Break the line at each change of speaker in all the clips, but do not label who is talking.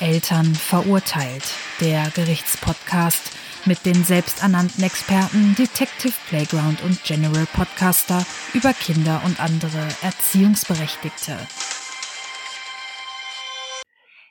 Eltern verurteilt. Der Gerichtspodcast mit den selbsternannten Experten Detective Playground und General Podcaster über Kinder und andere Erziehungsberechtigte.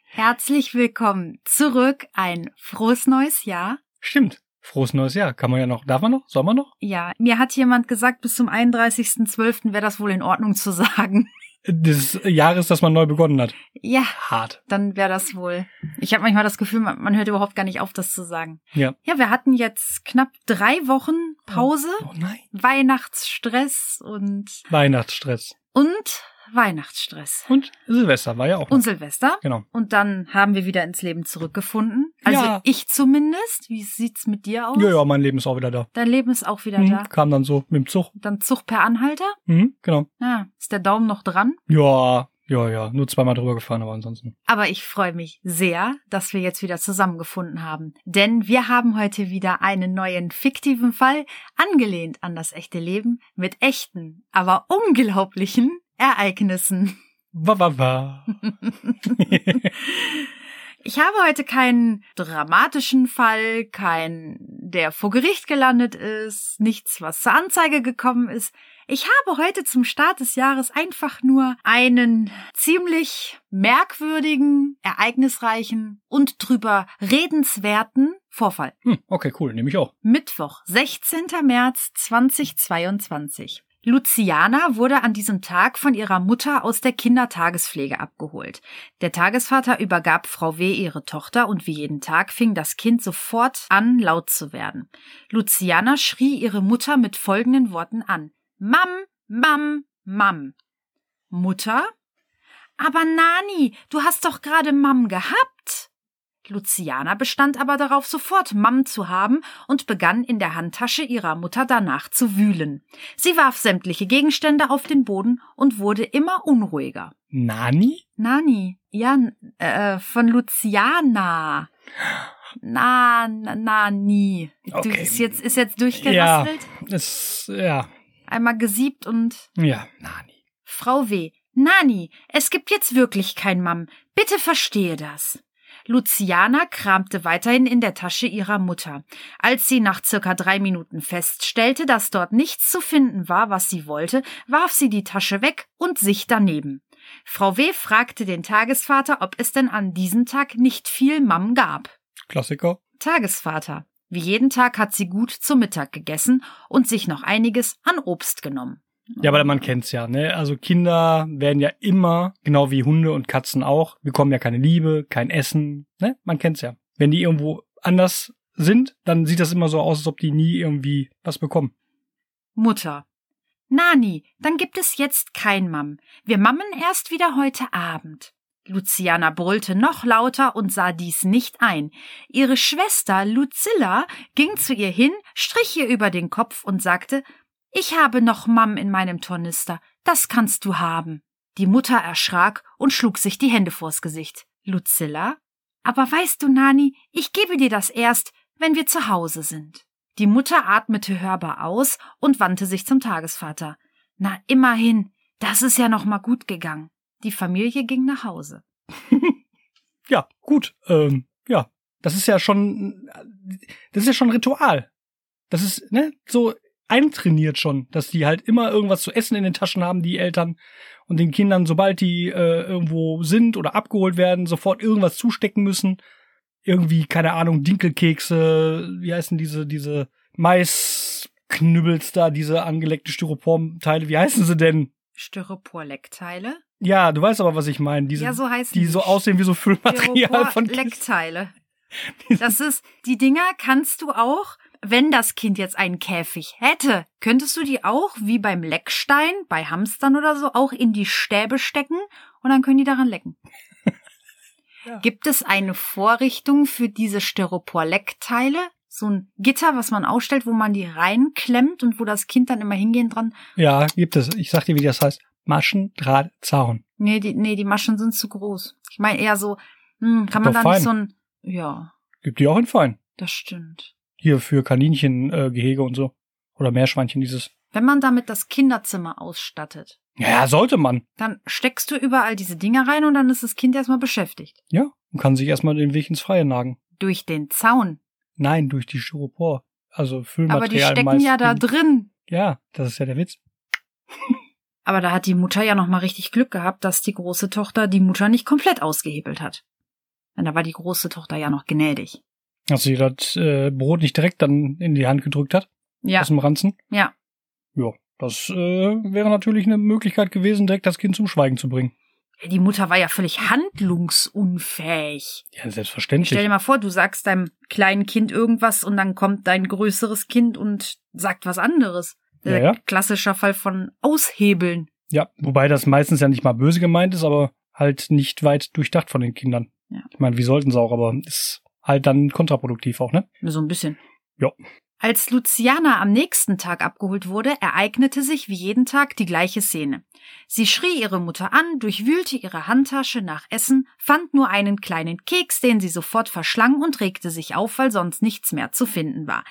Herzlich willkommen zurück. Ein frohes neues Jahr.
Stimmt. Frohes neues Jahr. Kann man ja noch. Darf man noch? Soll man noch?
Ja, mir hat jemand gesagt, bis zum 31.12. wäre das wohl in Ordnung zu sagen.
Des Jahres, das man neu begonnen hat.
Ja,
Hart.
dann wäre das wohl. Ich habe manchmal das Gefühl, man, man hört überhaupt gar nicht auf, das zu sagen.
Ja.
Ja, wir hatten jetzt knapp drei Wochen Pause,
Oh nein.
Weihnachtsstress und
Weihnachtsstress.
und Weihnachtsstress
Und Silvester war ja auch. noch.
und Silvester.
genau.
Und dann haben wir wieder ins Leben zurückgefunden. Also
Ja.
ich zumindest. Wie sieht's mit dir aus?
Ja, ja, mein Leben ist auch wieder da.
Dein Leben ist auch wieder
Mhm,
da.
Kam dann so mit dem Zug.
Dann Zug per Anhalter.
Mhm, genau.
Ja, ist der Daumen noch dran?
Ja, ja, ja. Nur zweimal drüber gefahren, aber ansonsten.
Aber ich freue mich sehr, dass wir jetzt wieder zusammengefunden haben. Denn wir haben heute wieder einen neuen fiktiven Fall, angelehnt an das echte Leben, mit echten, aber unglaublichen Ereignissen.
Wa, wa, wa.
Ich habe heute keinen dramatischen Fall, keinen, der vor Gericht gelandet ist, nichts, was zur Anzeige gekommen ist. Ich habe heute zum Start des Jahres einfach nur einen ziemlich merkwürdigen, ereignisreichen und drüber redenswerten Vorfall.
Hm, okay, cool. Nehme ich auch.
Mittwoch, 16. März 2022. Luciana wurde an diesem Tag von ihrer Mutter aus der Kindertagespflege abgeholt. Der Tagesvater übergab Frau W. ihre Tochter und wie jeden Tag fing das Kind sofort an, laut zu werden. Luciana schrie ihre Mutter mit folgenden Worten an. Mam, Mam, Mam. Mutter? Aber Nani, du hast doch gerade Mam gehabt. Luciana bestand aber darauf, sofort Mamm zu haben und begann in der Handtasche ihrer Mutter danach zu wühlen. Sie warf sämtliche Gegenstände auf den Boden und wurde immer unruhiger.
Nani?
Nani, ja, n- äh, von Luciana. Na, na, Nani. Du,
Okay.
ist jetzt, ist jetzt durchgerasselt.
Ist, ja.
Einmal gesiebt und
Ja. Nani.
Frau W. Nani, es gibt jetzt wirklich kein Mamm. Bitte verstehe das. Luciana kramte weiterhin in der Tasche ihrer Mutter. Als sie nach circa drei Minuten feststellte, dass dort nichts zu finden war, was sie wollte, warf sie die Tasche weg und sich daneben. Frau W. fragte den Tagesvater, ob es denn an diesem Tag nicht viel Mamm gab.
Klassiker.
Tagesvater. Wie jeden Tag hat sie gut zu Mittag gegessen und sich noch einiges an Obst genommen.
Ja, aber man kennt's ja, ne? Also Kinder werden ja immer, genau wie Hunde und Katzen auch, bekommen ja keine Liebe, kein Essen, ne? Man kennt's ja. Wenn die irgendwo anders sind, dann sieht das immer so aus, als ob die nie irgendwie was bekommen.
Mutter. Nani, dann gibt es jetzt kein Mamm. Wir mammen erst wieder heute Abend. Luciana brüllte noch lauter und sah dies nicht ein. Ihre Schwester Lucilla ging zu ihr hin, strich ihr über den Kopf und sagte Ich habe noch Mamm in meinem Tornister. Das kannst du haben. Die Mutter erschrak und schlug sich die Hände vors Gesicht. Lucilla? Aber weißt du, Nani, ich gebe dir das erst, wenn wir zu Hause sind. Die Mutter atmete hörbar aus und wandte sich zum Tagesvater. Na, immerhin, das ist ja noch mal gut gegangen. Die Familie ging nach Hause.
Ja, gut. Ähm, ja. Das ist ja schon, das ist ja schon ein Ritual. Das ist, ne? So eintrainiert schon, dass die halt immer irgendwas zu essen in den Taschen haben, die Eltern und den Kindern, sobald die äh, irgendwo sind oder abgeholt werden, sofort irgendwas zustecken müssen. Irgendwie, keine Ahnung, Dinkelkekse, wie heißen diese, diese Maisknübbels da, diese angeleckten Styroporteile, wie heißen sie denn?
Styropor-Leckteile?
Ja, du weißt aber, was ich meine. Diese,
Ja, so heißen
die so aussehen wie so Füllmaterial von Kisten.
Styropor-Leckteile. Das ist, die Dinger kannst du auch, wenn das Kind jetzt einen Käfig hätte, könntest du die auch, wie beim Leckstein, bei Hamstern oder so, auch in die Stäbe stecken und dann können die daran lecken.
Ja.
Gibt es eine Vorrichtung für diese Styropor-Leckteile? So ein Gitter, was man ausstellt, wo man die reinklemmt und wo das Kind dann immer hingehen dran.
Ja, gibt es. Ich sag dir, wie das heißt. Maschendrahtzaun.
Nee, die, nee, die Maschen sind zu groß. Ich meine eher so, hm, kann man
Doch
da nicht
fein.
so ein, ja,
Gibt die auch in Fein.
das stimmt.
Hier für Kaninchengehege äh, Gehege und so. Oder Meerschweinchen dieses.
Wenn man damit das Kinderzimmer ausstattet,
Ja, sollte man.
dann steckst du überall diese Dinger rein und dann ist das Kind erstmal beschäftigt.
Ja. und kann sich erstmal den Weg ins Freie nagen.
Durch den Zaun.
Nein, durch die Styropor. Also
Aber die
Füllmaterial
stecken
meist
ja da
in-
drin.
Ja, das ist ja der Witz.
Aber da hat die Mutter ja nochmal richtig Glück gehabt, dass die große Tochter die Mutter nicht komplett ausgehebelt hat. Denn da war die große Tochter ja noch gnädig.
Dass sie das äh, Brot nicht direkt dann in die Hand gedrückt hat
Ja,
aus dem Ranzen.
ja.
Ja, das äh, wäre natürlich eine Möglichkeit gewesen, direkt das Kind zum Schweigen zu bringen.
Die Mutter war ja völlig handlungsunfähig.
Ja,
Stell dir
selbstverständlich.
mal vor, du sagst deinem kleinen Kind irgendwas und dann kommt dein größeres Kind und sagt was anderes.
Ja,
Der
ja.
Klassischer Fall von Aushebeln.
Ja, wobei das meistens ja nicht mal böse gemeint ist, aber halt nicht weit durchdacht von den Kindern.
Ja.
Ich meine, wie sollten sie auch, aber ist halt dann kontraproduktiv auch, ne?
So ein bisschen.
Ja.
Als Luciana am nächsten Tag abgeholt wurde, ereignete sich wie jeden Tag die gleiche Szene. Sie schrie ihre Mutter an, durchwühlte ihre Handtasche nach Essen, fand nur einen kleinen Keks, den sie sofort verschlang und regte sich auf, weil sonst nichts mehr zu finden war.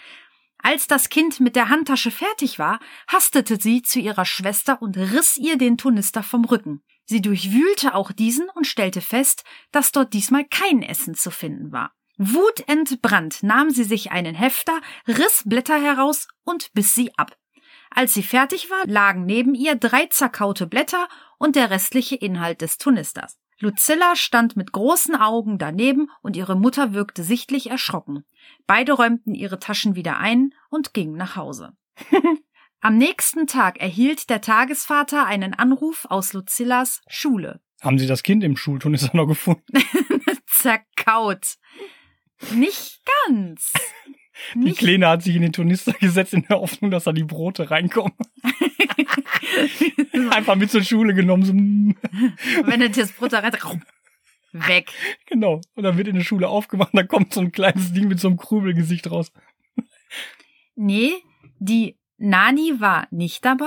Als das Kind mit der Handtasche fertig war, hastete sie zu ihrer Schwester und riss ihr den Tornister vom Rücken. Sie durchwühlte auch diesen und stellte fest, dass dort diesmal kein Essen zu finden war. Wutentbrannt nahm sie sich einen Hefter, riss Blätter heraus und biss sie ab. Als sie fertig war, lagen neben ihr drei zerkaute Blätter und der restliche Inhalt des Tunisters. Lucilla stand mit großen Augen daneben und ihre Mutter wirkte sichtlich erschrocken. Beide räumten ihre Taschen wieder ein und gingen nach Hause. Am nächsten Tag erhielt der Tagesvater einen Anruf aus Lucillas Schule.
Haben sie das Kind im Schulton ist auch noch gefunden.
Zerkaut. Nicht ganz.
Die
Nicht
Kleine hat sich in den Turnister gesetzt in der Hoffnung, dass da die Brote reinkommen. Einfach mit zur Schule genommen. So, mm,
Wenn er das Brot da rein... Weg.
genau. Und dann wird in der Schule aufgemacht, da kommt so ein kleines Ding mit so einem Krübelgesicht raus.
Nee, die Nani war nicht dabei.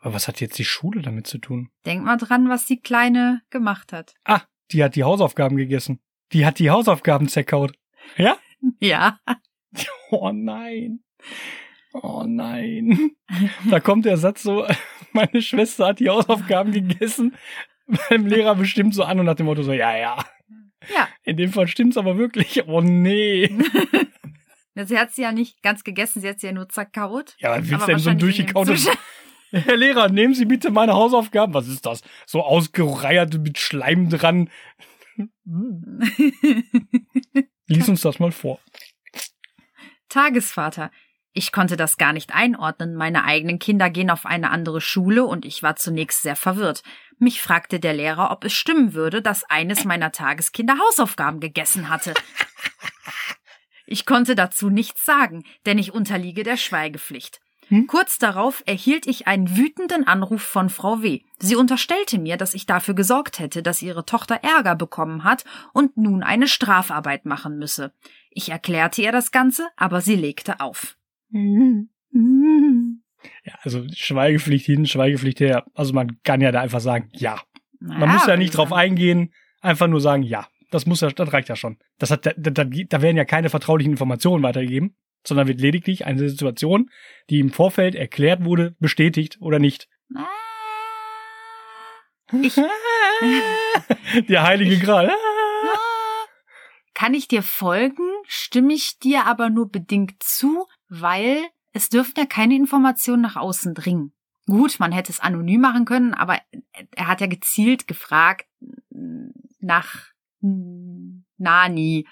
Aber was hat jetzt die Schule damit zu tun?
Denk mal dran, was die Kleine gemacht hat.
Ah, die hat die Hausaufgaben gegessen. Die hat die Hausaufgaben zerkaut. Ja?
Ja.
Oh nein. Oh nein. Da kommt der Satz so, meine Schwester hat die Hausaufgaben gegessen. Beim Lehrer bestimmt so an und nach dem Motto so, ja, ja.
Ja.
In dem Fall stimmt's aber wirklich. Oh nee.
Sie hat sie ja nicht ganz gegessen, sie hat sie ja nur zerkaut.
Ja, was willst
Aber
du denn so ein
wahrscheinlich in dem
durchgekautes...
Zustand-
Herr Lehrer, nehmen Sie bitte meine Hausaufgaben. Was ist das? So ausgereiert mit Schleim dran. Lies uns das mal vor.
Tagesvater. Ich konnte das gar nicht einordnen. Meine eigenen Kinder gehen auf eine andere Schule und ich war zunächst sehr verwirrt. Mich fragte der Lehrer, ob es stimmen würde, dass eines meiner Tageskinder Hausaufgaben gegessen hatte. Ich konnte dazu nichts sagen, denn ich unterliege der Schweigepflicht.
Hm?
Kurz darauf erhielt ich einen wütenden Anruf von Frau W. Sie unterstellte mir, dass ich dafür gesorgt hätte, dass ihre Tochter Ärger bekommen hat und nun eine Strafarbeit machen müsse. Ich erklärte ihr das Ganze, aber sie legte auf.
Ja, also Schweigepflicht hin, Schweigepflicht her. Also man kann ja da einfach sagen, ja. Man muss ja
äh,
nicht drauf eingehen, einfach nur sagen, ja. Das muss ja, das reicht ja schon. Das hat, da, da, da werden ja keine vertraulichen Informationen weitergegeben, sondern wird lediglich eine Situation, die im Vorfeld erklärt wurde, bestätigt oder nicht.
Ich-
Der heilige Gral.
Kann ich dir folgen? Stimme ich dir aber nur bedingt zu, weil es dürfen ja keine Informationen nach außen dringen. Gut, man hätte es anonym machen können, aber er hat ja gezielt gefragt nach Nani.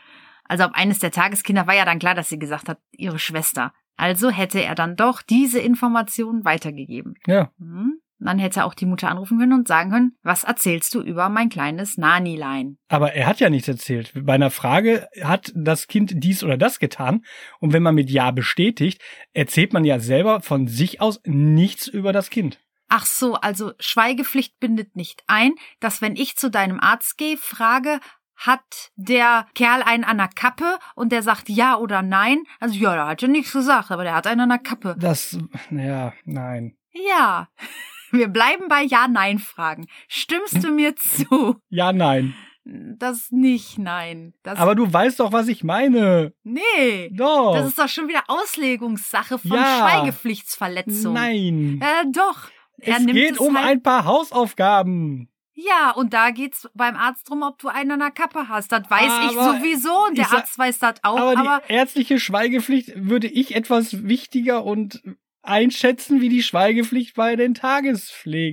Also ob eines der Tageskinder war ja dann klar, dass sie gesagt hat, ihre Schwester. Also hätte er dann doch diese Informationen weitergegeben.
Ja,
Hm? Dann hätte auch die Mutter anrufen können und sagen können, was erzählst du über mein kleines Nanilein?
aber er hat ja nichts erzählt. Bei einer Frage hat das Kind dies oder das getan. Und wenn man mit Ja bestätigt, erzählt man ja selber von sich aus nichts über das Kind.
Ach so, also Schweigepflicht bindet nicht ein, dass wenn ich zu deinem Arzt gehe, frage, hat der Kerl einen an der Kappe und der sagt ja oder nein? Also ja, der hat ja nichts gesagt, aber der hat einen an der Kappe.
Das, ja, nein.
Ja. Wir bleiben bei Ja-Nein-Fragen. Stimmst du mir zu?
Ja, nein.
Das nicht Nein. Das
Aber du weißt doch, was ich meine.
nee.
Doch.
Das ist doch schon wieder Auslegungssache von
Ja.
Schweigepflichtsverletzung.
Nein.
Äh, doch. halt Er
es
nimmt
geht
es
um
halt,
ein paar Hausaufgaben.
Ja, und da geht's beim Arzt drum, ob du einen an der Kappe hast. Das weiß ich
Aber
sowieso und der
ich sag-
Arzt weiß das auch.
Aber
Aber,
die ärztliche Schweigepflicht würde ich etwas wichtiger und einschätzen wie die Schweigepflicht bei den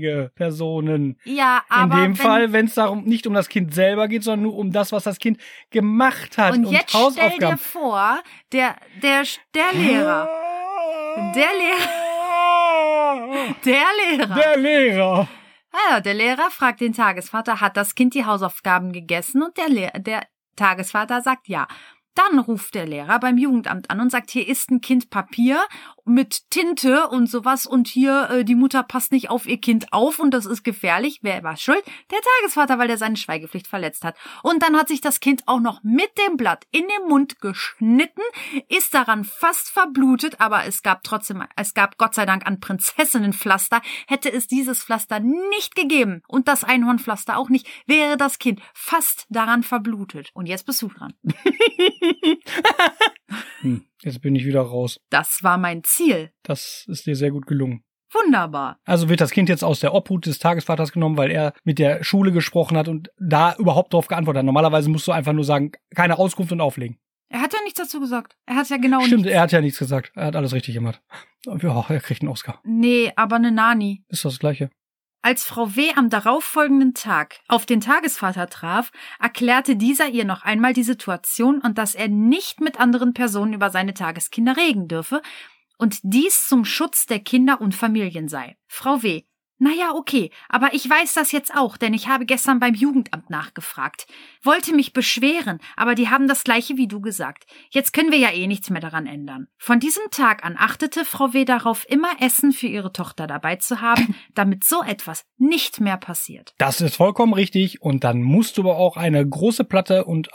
Tagespflegepersonen.
ja, aber
In dem
wenn,
Fall, wenn es darum nicht um das Kind selber geht, sondern nur um das, was das Kind gemacht hat
und
und,
jetzt stell dir
Hausaufgaben.
vor, der der der Lehrer, der Lehrer,
Lehrer.
der Lehrer.
Der Lehrer.
Ah, der Lehrer fragt den Tagesvater, hat das Kind die Hausaufgaben gegessen? Und der, Lehr der Tagesvater sagt ja. Dann ruft der Lehrer beim Jugendamt an und sagt, hier ist ein Kind Papier mit Tinte und sowas und hier äh, die Mutter passt nicht auf ihr Kind auf und das ist gefährlich. Wer war schuld? Der Tagesvater, weil der seine Schweigepflicht verletzt hat. Und dann hat sich das Kind auch noch mit dem Blatt in den Mund geschnitten, ist daran fast verblutet, aber es gab trotzdem, es gab Gott sei Dank an Prinzessinnenpflaster. Hätte es dieses Pflaster nicht gegeben und das Einhornpflaster auch nicht, wäre das Kind fast daran verblutet. Und jetzt bist du dran.
Hm, jetzt bin ich wieder raus.
Das war mein Ziel.
Das ist dir sehr gut gelungen.
Wunderbar.
Also wird das Kind jetzt aus der Obhut des Tagesvaters genommen, weil er mit der Schule gesprochen hat und da überhaupt drauf geantwortet hat. Normalerweise musst du einfach nur sagen, keine Auskunft und auflegen.
Er hat ja nichts dazu gesagt. Er hat ja genau
Stimmt,
nichts.
er hat ja nichts gesagt. Er hat alles richtig gemacht. Ja, er kriegt einen Oscar.
Nee, aber eine Nani.
Ist das gleiche.
Als Frau W. am darauffolgenden Tag auf den Tagesvater traf, erklärte dieser ihr noch einmal die Situation und dass er nicht mit anderen Personen über seine Tageskinder reden dürfe und dies zum Schutz der Kinder und Familien sei. Frau W. Naja, okay, aber ich weiß das jetzt auch, denn ich habe gestern beim Jugendamt nachgefragt. Wollte mich beschweren, aber die haben das gleiche wie du gesagt. Jetzt können wir ja eh nichts mehr daran ändern. Von diesem Tag an achtete Frau W. darauf, immer Essen für ihre Tochter dabei zu haben, damit so etwas nicht mehr passiert.
Das ist vollkommen richtig und dann musst du aber auch eine große Platte und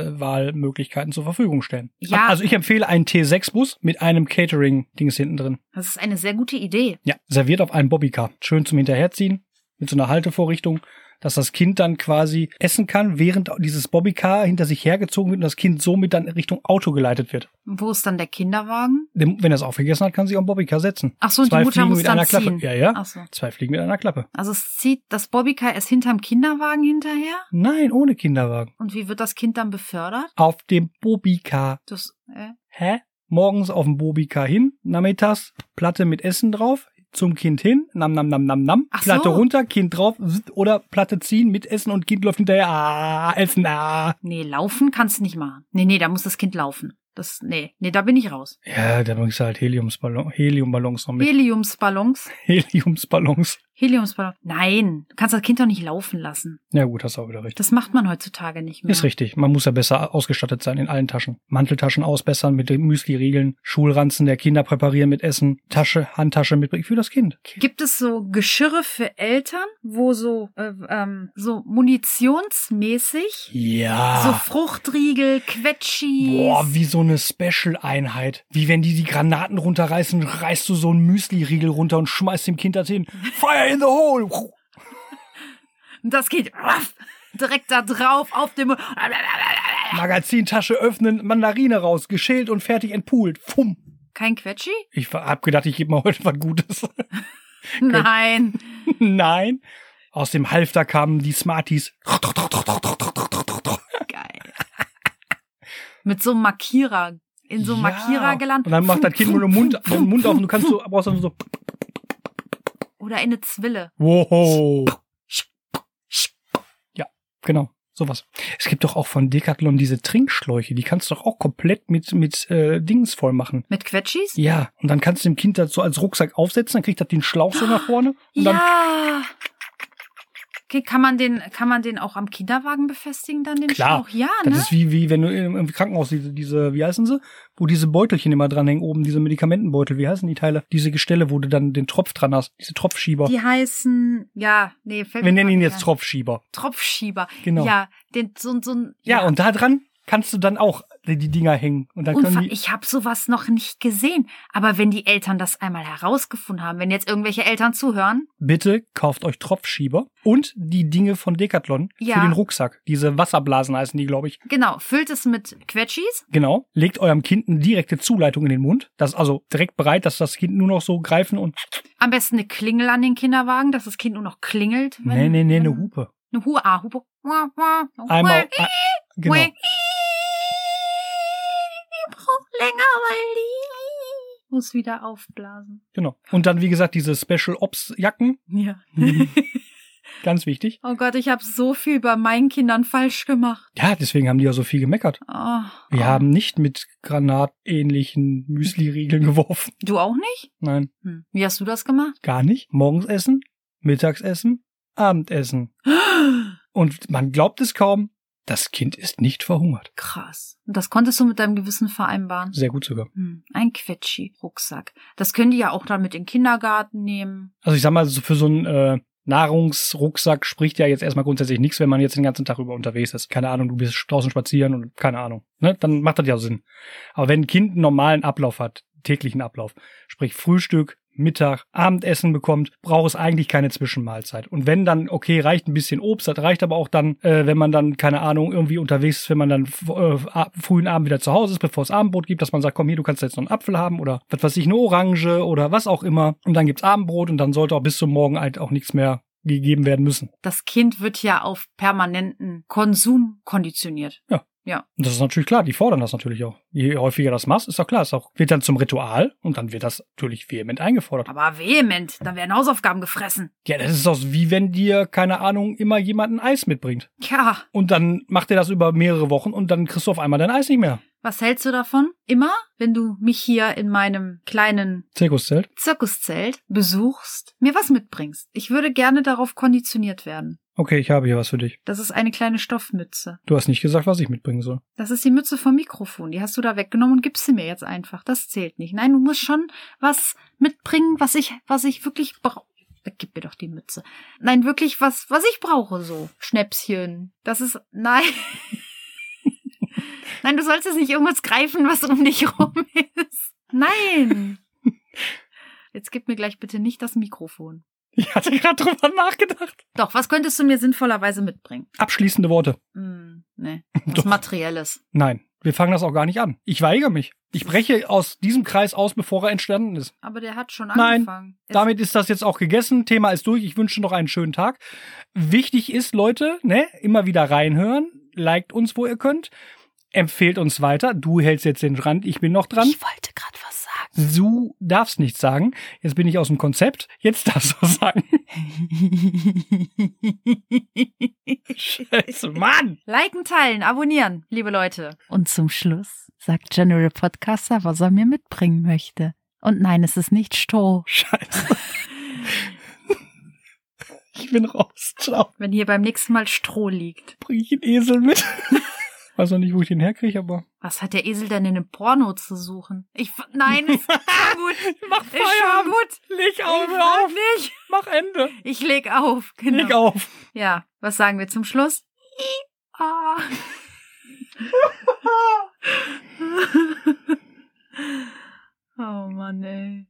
Auswahlmöglichkeiten zur Verfügung stellen.
Ja.
Also ich empfehle einen T6-Bus mit einem Catering-Dings hinten drin.
Das ist eine sehr gute Idee.
Ja, serviert auf einem Bobbycar. Schön zum Hinterherziehen, mit so einer Haltevorrichtung, dass das Kind dann quasi essen kann, während dieses Bobbycar hinter sich hergezogen wird und das Kind somit dann in Richtung Auto geleitet wird.
Wo ist dann der Kinderwagen?
Dem- Wenn er es aufgegessen hat, kann sich auf den Bobbycar setzen.
Ach so, und die
Zwei
Mutter
Fliegen
muss
mit
dann
einer Klappe.
ziehen.
Ja, ja.
Ach so.
Zwei Fliegen mit einer Klappe.
Also es zieht das Bobbycar erst hinterm Kinderwagen hinterher?
Nein, ohne Kinderwagen.
Und wie wird das Kind dann befördert?
Auf dem Bobbycar.
Das, äh,
Hä? Morgens auf dem Bobbycar hin, nachmittags Platte mit Essen drauf, zum Kind hin, nam nam nam nam nam,
Ach so.
Platte runter, Kind drauf zzt, oder Platte ziehen mit Essen und Kind läuft hinterher, ah, Essen, ah.
Nee, laufen kannst du nicht machen. Nee, nee, da muss das Kind laufen. Das, nee, nee, da bin ich raus.
Ja, da bringst du halt Heliumsballon, Heliumballons noch mit.
Heliumsballons.
Heliumsballons.
Heliumsballons. Nein, du kannst das Kind doch nicht laufen lassen.
Ja gut, hast auch wieder recht.
Das macht man heutzutage nicht mehr.
Ist richtig. Man muss ja besser ausgestattet sein in allen Taschen. Manteltaschen ausbessern mit den Müsli-Riegeln, Schulranzen der Kinder präparieren mit Essen, Tasche, Handtasche mitbringen für das Kind.
Gibt es so Geschirre für Eltern, wo so, äh, ähm, so munitionsmäßig,
Ja.
so Fruchtriegel, Quetschis.
Ah. Boah, wie so eine Special-Einheit. Wie wenn die die Granaten runterreißen, reißt du so einen Müsli-Riegel runter und schmeißt dem Kind das hin. Fire in the hole!
Und das Kind raff, direkt da drauf auf dem Mund.
Magazintasche öffnen, Mandarine raus, geschält und fertig entpult. Fumm.
Kein Quetschi?
Ich war- hab gedacht, ich gebe mal heute was Gutes.
Nein.
Nein. Aus dem Halfter kamen die Smarties.
Geil. Mit so einem Markierer. In so einem Markierer gelandet.
Und dann macht das Kind nur den Mund, den Mund auf und du kannst so, brauchst dann so,
Oder in eine Zwille.
wow. Ja, genau. Sowas. Es gibt doch auch von Decathlon diese Trinkschläuche, die kannst du doch auch komplett mit, mit äh, Dings voll machen.
Mit Quetschis?
Ja, und dann kannst du dem Kind das so als Rucksack aufsetzen, dann kriegt das den Schlauch so nach vorne und dann
Ja. Okay, kann man den, kann man den auch am Kinderwagen befestigen dann den
Klar.
Schlauch? Ja,
Das
ne?
ist wie, wie wenn du im im Krankenhaus diese, diese, wie heißen sie? Wo diese Beutelchen immer dranhängen, oben diese Medikamentenbeutel, wie heißen die Teile? Diese Gestelle, wo du dann den Tropf dran hast, diese Tropfschieber.
Die heißen, ja, nee, fällt mir
Wir nennen
gerade
ihn
nicht
jetzt
ein.
Tropfschieber.
Tropfschieber.
Genau.
Ja, den, so, so ein,
Ja, und da dran kannst du dann auch die, die Dinger hängen. Und dann
Unfall.
können die.
Ich habe sowas noch nicht gesehen. Aber wenn die Eltern das einmal herausgefunden haben, wenn jetzt irgendwelche Eltern zuhören,
Bitte kauft euch Tropfschieber und die Dinge von Decathlon
Ja.
für den Rucksack. Diese Wasserblasen heißen die, glaube ich.
genau, füllt es mit Quetschis.
Genau. Legt eurem Kind eine direkte Zuleitung in den Mund. Das ist also direkt bereit, dass das Kind nur noch so greifen und.
Am besten eine Klingel an den Kinderwagen, dass das Kind nur noch klingelt.
Nee, nee, nee, eine Hupe.
Eine Hu ah, Hupe. Wah, wah.
Einmal. ah, Genau.
Wah. Ich brauch länger, weil die muss wieder aufblasen.
Genau. Und dann, wie gesagt, diese Special Ops Jacken.
Ja.
Ganz wichtig.
oh Gott, ich habe so viel bei meinen Kindern falsch gemacht.
Ja, deswegen haben die ja so viel gemeckert.
Oh,
Wir
oh.
haben nicht mit granatähnlichen Müsli-Riegeln geworfen.
Du auch nicht?
Nein,
Hm. Wie hast du das gemacht?
gar nicht. Morgens essen, mittags essen, Abendessen. Und man glaubt es kaum, das Kind ist nicht verhungert.
Krass. Und das konntest du mit deinem Gewissen vereinbaren?
Sehr gut sogar.
Hm. Ein Quetschi-Rucksack. Das können die ja auch dann mit in den Kindergarten nehmen.
Also ich sag mal, so für so einen äh, Nahrungsrucksack spricht ja jetzt erstmal grundsätzlich nichts, wenn man jetzt den ganzen Tag über unterwegs ist. Keine Ahnung, du bist draußen spazieren und keine Ahnung. Ne? Dann macht das ja Sinn. Aber wenn ein Kind einen normalen Ablauf hat, täglichen Ablauf, sprich Frühstück, Mittag, Abendessen bekommt, braucht es eigentlich keine Zwischenmahlzeit. Und wenn dann, okay, reicht ein bisschen Obst, das reicht aber auch dann, äh, wenn man dann, keine Ahnung, irgendwie unterwegs ist, wenn man dann f- äh, a- frühen Abend wieder zu Hause ist, bevor es Abendbrot gibt, dass man sagt, komm hier, du kannst jetzt noch einen Apfel haben oder was weiß ich, eine Orange oder was auch immer. Und dann gibt's Abendbrot und dann sollte auch bis zum Morgen halt auch nichts mehr gegeben werden müssen.
Das Kind wird ja auf permanenten Konsum konditioniert.
Und das ist natürlich klar, die fordern das natürlich auch. Je häufiger das machst, ist doch klar, ist auch, wird dann zum Ritual und dann wird das natürlich vehement eingefordert.
Aber vehement, dann werden Hausaufgaben gefressen.
Ja, das ist doch wie wenn dir, keine Ahnung, immer jemand ein Eis mitbringt.
Tja,
Und dann macht er das über mehrere Wochen und dann kriegst du auf einmal dein Eis nicht mehr.
was hältst du davon? Immer, wenn du mich hier in meinem kleinen
Zirkuszelt.
Zirkuszelt besuchst, mir was mitbringst. Ich würde gerne darauf konditioniert werden.
Okay, ich habe hier was für dich.
Das ist eine kleine Stoffmütze.
Du hast nicht gesagt, was ich mitbringen soll.
Das ist die Mütze vom Mikrofon. Die hast du da weggenommen und gibst sie mir jetzt einfach. Das zählt nicht. Nein, du musst schon was mitbringen, was ich, was ich wirklich brauche. Gib mir doch die Mütze. Nein, wirklich was, was ich brauche, so. Schnäpschen. Das ist, nein. nein, du sollst jetzt nicht irgendwas greifen, was um dich rum ist. Nein. Jetzt gib mir gleich bitte nicht das Mikrofon.
Ich hatte gerade drüber nachgedacht.
Doch, was könntest du mir sinnvollerweise mitbringen?
Abschließende Worte.
Hm, nee.
Doch.
Was Materielles.
Nein, wir fangen das auch gar nicht an. Ich weigere mich. Ich breche aus diesem Kreis aus, bevor er entstanden ist.
Aber der hat schon
Nein,
angefangen. Es-
Damit ist das jetzt auch gegessen. Thema ist durch. Ich wünsche noch einen schönen Tag. Wichtig ist, Leute, ne, immer wieder reinhören. Liked uns, wo ihr könnt. Empfehlt uns weiter. Du hältst jetzt den Rand. Ich bin noch dran.
Ich wollte gerade was sagen.
Du darfst nichts sagen. Jetzt bin ich aus dem Konzept. Jetzt darfst du sagen. Scheiße, Mann!
Liken, teilen, abonnieren, liebe Leute.
Und zum Schluss sagt General Podcaster, was er mir mitbringen möchte. Und nein, es ist nicht Stroh.
Scheiße. Ich bin raus. Ciao.
Wenn hier beim nächsten Mal Stroh liegt.
Bring ich den Esel mit. Weiß noch nicht, wo ich den herkriege, aber.
Was hat der Esel denn in einem Porno zu suchen? Ich, f- nein, ist schon gut.
Mach
Ist schon gut.
Leg
Ich frag nicht.
Mach Ende.
Ich leg auf. Genau.
Leg auf.
Ja, was sagen wir zum Schluss? Ah. oh Mann, ey.